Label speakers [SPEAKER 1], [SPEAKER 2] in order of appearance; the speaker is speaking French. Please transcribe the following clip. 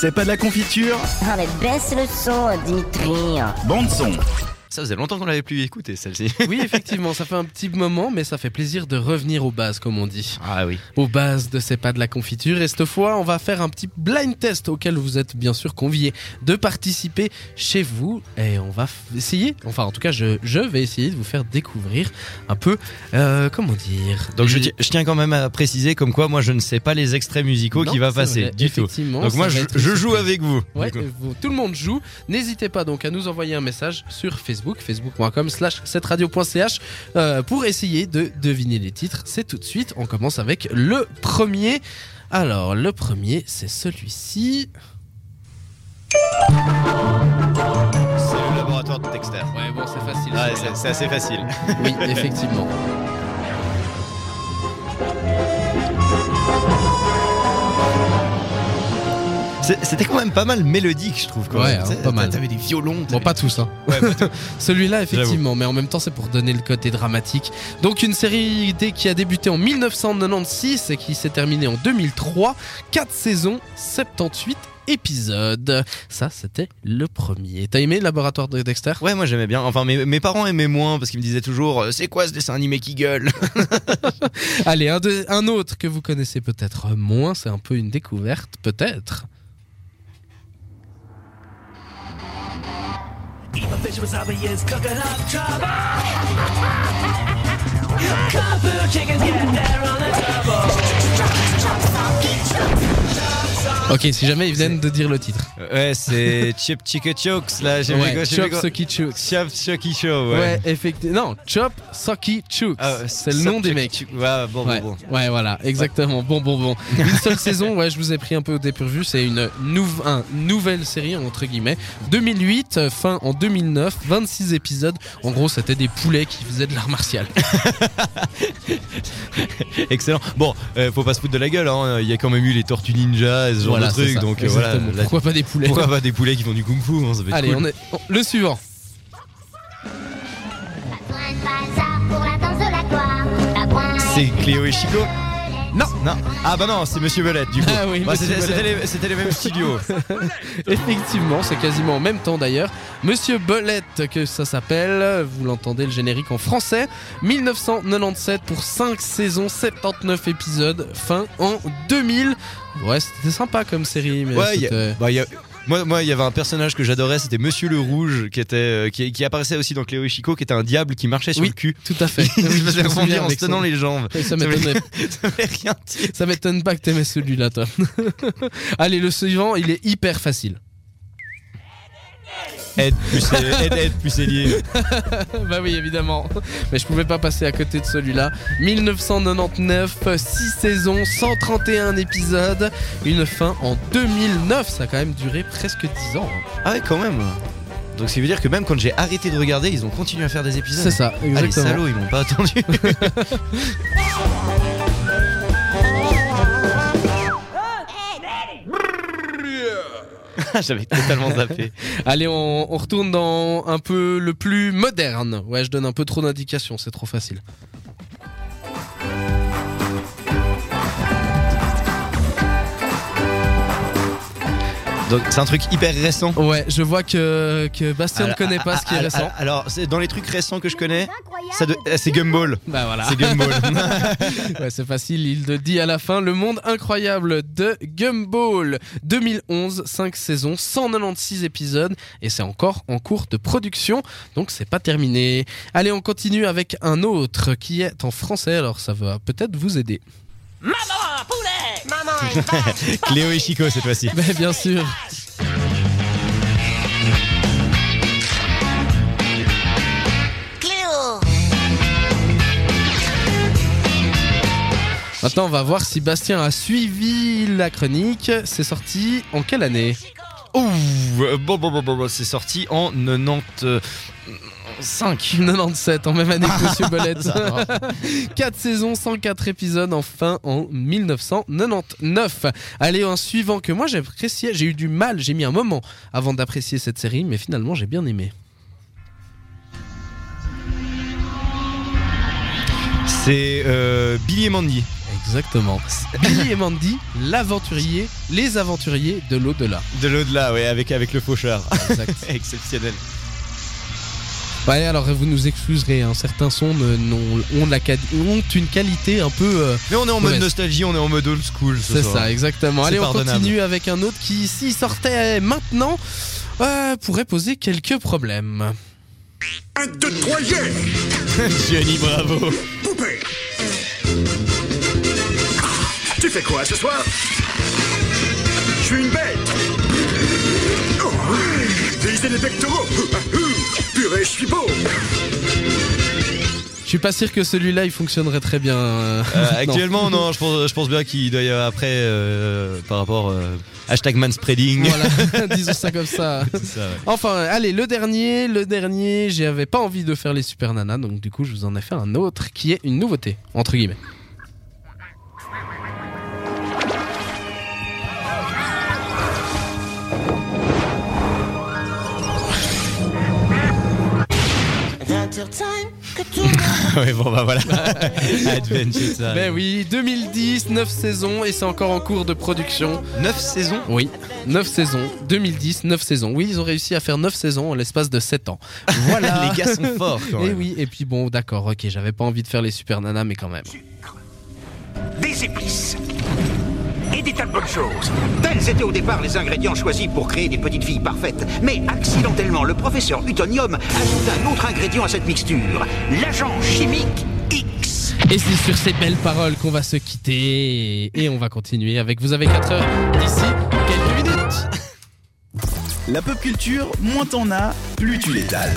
[SPEAKER 1] C'est pas de la confiture,
[SPEAKER 2] Non mais baisse le son, Dimitri.
[SPEAKER 1] bande son.
[SPEAKER 3] Ça faisait longtemps qu'on l'avait plus écouté celle-ci.
[SPEAKER 4] Oui, effectivement, ça fait un petit moment, mais ça fait plaisir de revenir aux bases, comme on dit.
[SPEAKER 3] Ah oui.
[SPEAKER 4] Aux bases de C'est pas de la confiture. Et cette fois, on va faire un petit blind test auquel vous êtes bien sûr conviés de participer chez vous. Et on va f- essayer, enfin, en tout cas, je, je vais essayer de vous faire découvrir un peu, euh, comment dire.
[SPEAKER 3] Donc je, ti- je tiens quand même à préciser comme quoi moi je ne sais pas les extraits musicaux
[SPEAKER 4] Non,
[SPEAKER 3] qui va
[SPEAKER 4] c'est
[SPEAKER 3] passer
[SPEAKER 4] vrai,
[SPEAKER 3] du tout.
[SPEAKER 4] effectivement,
[SPEAKER 3] Donc
[SPEAKER 4] ça
[SPEAKER 3] moi
[SPEAKER 4] va
[SPEAKER 3] je,
[SPEAKER 4] être
[SPEAKER 3] je
[SPEAKER 4] une
[SPEAKER 3] joue
[SPEAKER 4] surprise.
[SPEAKER 3] avec vous.
[SPEAKER 4] Ouais,
[SPEAKER 3] Du coup.
[SPEAKER 4] vous- tout le monde joue. N'hésitez pas donc à nous envoyer un message sur Facebook, facebook.com slash 7radio.ch euh, pour essayer de deviner les titres. C'est tout de suite. On commence avec le premier. Alors, le premier, c'est celui-ci.
[SPEAKER 3] C'est le laboratoire de Dexter.
[SPEAKER 4] Ouais, bon, c'est facile.
[SPEAKER 3] Euh, Ouais, c'est- c'est assez facile.
[SPEAKER 4] Oui, effectivement.
[SPEAKER 3] C'est- C'était quand même pas mal mélodique je trouve. Quand
[SPEAKER 4] Ouais,
[SPEAKER 3] même.
[SPEAKER 4] hein,
[SPEAKER 3] Tu sais,
[SPEAKER 4] pas mal.
[SPEAKER 3] T'avais des violons.
[SPEAKER 4] Bon,
[SPEAKER 3] t'avais-
[SPEAKER 4] pas tous, hein.
[SPEAKER 3] Ouais, pas
[SPEAKER 4] Celui-là, effectivement, mais en même temps, c'est pour donner le côté dramatique. Donc, une série D qui a débuté en 1996 et qui s'est terminée en 2003. 4 saisons, 78 épisodes. Ça, c'était le premier. T'as aimé le laboratoire de Dexter
[SPEAKER 3] Ouais, moi j'aimais bien. Enfin, mes, mes parents aimaient moins parce qu'ils me disaient toujours euh, C'est quoi ce dessin animé qui gueule
[SPEAKER 4] Allez, un, deux- un autre que vous connaissez peut-être moins, c'est un peu une découverte, peut-être. Ok, si jamais ils viennent de dire le titre.
[SPEAKER 3] Ouais, c'est Chip Chicka Chokes là. J'ai
[SPEAKER 4] Ouais,
[SPEAKER 3] j'ai
[SPEAKER 4] Chop Socky Chooks.
[SPEAKER 3] Chop Chucky Show,
[SPEAKER 4] Ouais,
[SPEAKER 3] ouais.
[SPEAKER 4] effectivement. Non, Chop Socky Chooks.
[SPEAKER 3] Ah,
[SPEAKER 4] c'est le nom
[SPEAKER 3] Chop
[SPEAKER 4] des
[SPEAKER 3] Chucky
[SPEAKER 4] mecs.
[SPEAKER 3] Chooks. Ouais, bon,
[SPEAKER 4] Ouais,
[SPEAKER 3] bon, bon.
[SPEAKER 4] ouais, voilà, exactement. Bon, bon, bon. Une seule saison, ouais, je vous ai pris un peu au dépourvu. C'est une nouve- un, nouvelle série, entre guillemets. 2008, euh, fin en 2009, 26 épisodes. En gros, c'était des poulets qui faisaient de l'art martial.
[SPEAKER 3] Excellent. Bon, euh, faut pas se foutre de la gueule, hein. Il y a quand même eu les Tortues Ninja et ce genre
[SPEAKER 4] voilà,
[SPEAKER 3] de
[SPEAKER 4] c'est
[SPEAKER 3] trucs.
[SPEAKER 4] ça.
[SPEAKER 3] Donc euh, voilà.
[SPEAKER 4] Exactement.
[SPEAKER 3] là,
[SPEAKER 4] Pourquoi pas des poulets
[SPEAKER 3] pourquoi pas des poulets qui font du kung fu hein, ça peut être
[SPEAKER 4] Allez,
[SPEAKER 3] cool.
[SPEAKER 4] on est. on- Le suivant.
[SPEAKER 3] C'est Cléo et Chico Non, non. Ah bah non, c'est Monsieur Belette du coup.
[SPEAKER 4] Ah oui,
[SPEAKER 3] Bah,
[SPEAKER 4] Monsieur
[SPEAKER 3] c'était c'était les, c'était les mêmes studios.
[SPEAKER 4] Effectivement, c'est quasiment en même temps d'ailleurs. Monsieur Belette, que ça s'appelle, vous l'entendez le générique en français. 1997 pour 5 saisons, 79 épisodes, fin en 2000. Ouais, c'était sympa comme série, mais
[SPEAKER 3] Ouais, y
[SPEAKER 4] c'était-
[SPEAKER 3] a- bah, y a- Moi, moi, il y avait un personnage que j'adorais, c'était Monsieur le Rouge, qui était, euh, qui, qui apparaissait aussi dans Cléo et Chico, qui était un diable qui marchait sur
[SPEAKER 4] Oui.
[SPEAKER 3] le cul.
[SPEAKER 4] tout à fait. Oui,
[SPEAKER 3] Il se
[SPEAKER 4] je me
[SPEAKER 3] faisait
[SPEAKER 4] souviens
[SPEAKER 3] rebondir en se
[SPEAKER 4] avec
[SPEAKER 3] tenant
[SPEAKER 4] son-
[SPEAKER 3] les jambes.
[SPEAKER 4] Ça m'étonne,
[SPEAKER 3] Ça voulait rien dire.
[SPEAKER 4] ça m'étonne pas que t'aimais celui-là, toi. Allez, le suivant, il est hyper facile.
[SPEAKER 3] Aide, pucelle- aide, aide, pucellier.
[SPEAKER 4] bah oui, évidemment. Mais je pouvais pas passer à côté de celui-là. 1999, 6 saisons, 131 épisodes, une fin en 2009. Ça a quand même duré presque 10 ans. hein.
[SPEAKER 3] Ah ouais, quand même. Donc, ce qui veut dire que même quand j'ai arrêté de regarder, ils ont continué à faire des épisodes.
[SPEAKER 4] C'est ça,
[SPEAKER 3] Ah, les
[SPEAKER 4] exactement.
[SPEAKER 3] salauds, ils m'ont pas attendu. Ah, J'avais totalement zappé.
[SPEAKER 4] Allez, on, on retourne dans un peu le plus moderne. Ouais, je donne un peu trop d'indications, c'est trop facile.
[SPEAKER 3] Donc, c'est un truc hyper récent.
[SPEAKER 4] Ouais, je vois que, que Bastien ne
[SPEAKER 3] Alors,
[SPEAKER 4] connaît pas
[SPEAKER 3] ah,
[SPEAKER 4] ce qui est
[SPEAKER 3] ah,
[SPEAKER 4] récent.
[SPEAKER 3] ah, Alors, c'est dans les trucs récents que je connais, ça de- ah, c'est Gumball.
[SPEAKER 4] Bah voilà.
[SPEAKER 3] C'est Gumball.
[SPEAKER 4] Ouais, c'est facile, il le dit à la fin. Le monde incroyable de Gumball. 2011, 5 saisons, 196 épisodes et c'est encore en cours de production, donc c'est pas terminé. Allez, on continue avec un autre qui est en français, alors ça va peut-être vous aider.
[SPEAKER 3] Cléo et Chico cette fois-ci.
[SPEAKER 4] Mais bien sûr. Maintenant, on va voir si Bastien a suivi la chronique. C'est sorti en quelle année
[SPEAKER 3] Ouh, euh, bon, bon, bon, bon, bon, c'est sorti en 95.
[SPEAKER 4] 97, en même année que Monsieur Belette.
[SPEAKER 3] Ça va.
[SPEAKER 4] 4 saisons, 104 épisodes, enfin en 1999. Allez, un suivant que moi j'appréciais, j'ai eu du mal, j'ai mis un moment avant d'apprécier cette série, mais finalement j'ai bien aimé.
[SPEAKER 3] C'est euh, Billy et Mandy.
[SPEAKER 4] Exactement. Billy et Mandy, l'aventurier, les aventuriers de l'au-delà.
[SPEAKER 3] De l'au-delà, ouais, avec, avec le faucheur.
[SPEAKER 4] Exact.
[SPEAKER 3] Exceptionnel.
[SPEAKER 4] ouais, alors vous nous excuserez, hein, certains sons ne- n'ont- ont, la quali- ont une qualité un peu. euh,
[SPEAKER 3] Mais on est en mode
[SPEAKER 4] Ouais.
[SPEAKER 3] nostalgie, on est en mode old school. ce
[SPEAKER 4] C'est
[SPEAKER 3] soir.
[SPEAKER 4] ça, exactement.
[SPEAKER 3] C'est
[SPEAKER 4] Allez, on
[SPEAKER 3] pardonnable.
[SPEAKER 4] continue avec un autre qui, s'il sortait maintenant, euh, pourrait poser quelques problèmes.
[SPEAKER 1] 1, 2, 3, yeah
[SPEAKER 3] Johnny Bravo.
[SPEAKER 1] Poupée Ah, Tu fais quoi ce soir Je suis une bête oh, Déliser les pectoraux ah, Purée, je suis beau
[SPEAKER 4] Je suis pas sûr que celui-là, il fonctionnerait très bien. euh,
[SPEAKER 3] Euh,
[SPEAKER 4] maintenant.
[SPEAKER 3] actuellement, non, je pense, je pense bien qu'il doit y avoir après, euh, par rapport. euh, hashtag manspreading.
[SPEAKER 4] Voilà, disons ça comme ça.
[SPEAKER 3] C'est ça, ouais.
[SPEAKER 4] Enfin, allez, le dernier, le dernier, j'avais pas envie de faire les super nanas, donc du coup, je vous en ai fait un autre qui est une nouveauté, entre guillemets.
[SPEAKER 3] Ouais, bon, bah voilà. Adventure ça.
[SPEAKER 4] Ben oui, 2010, 9 saisons, et c'est encore en cours de production.
[SPEAKER 3] 9 saisons
[SPEAKER 4] Oui, 9 saisons, 2010, 9 saisons. Oui, ils ont réussi à faire 9 saisons en l'espace de 7 ans. Voilà.
[SPEAKER 3] Les gars sont forts quand
[SPEAKER 4] Et
[SPEAKER 3] même.
[SPEAKER 4] oui, et puis bon, d'accord, ok, j'avais pas envie de faire les super nanas, mais quand même.
[SPEAKER 5] des épices et des tas de bonnes choses. Tels étaient au départ les ingrédients choisis pour créer des petites filles parfaites. Mais accidentellement, le professeur Utonium ajoute un autre ingrédient à cette mixture, l'agent chimique X.
[SPEAKER 4] Et c'est sur ces belles paroles qu'on va se quitter, et, et on va continuer avec Vous avez 4 heures d'ici quelques minutes.
[SPEAKER 6] La pop culture, moins t'en as, plus tu l'étales.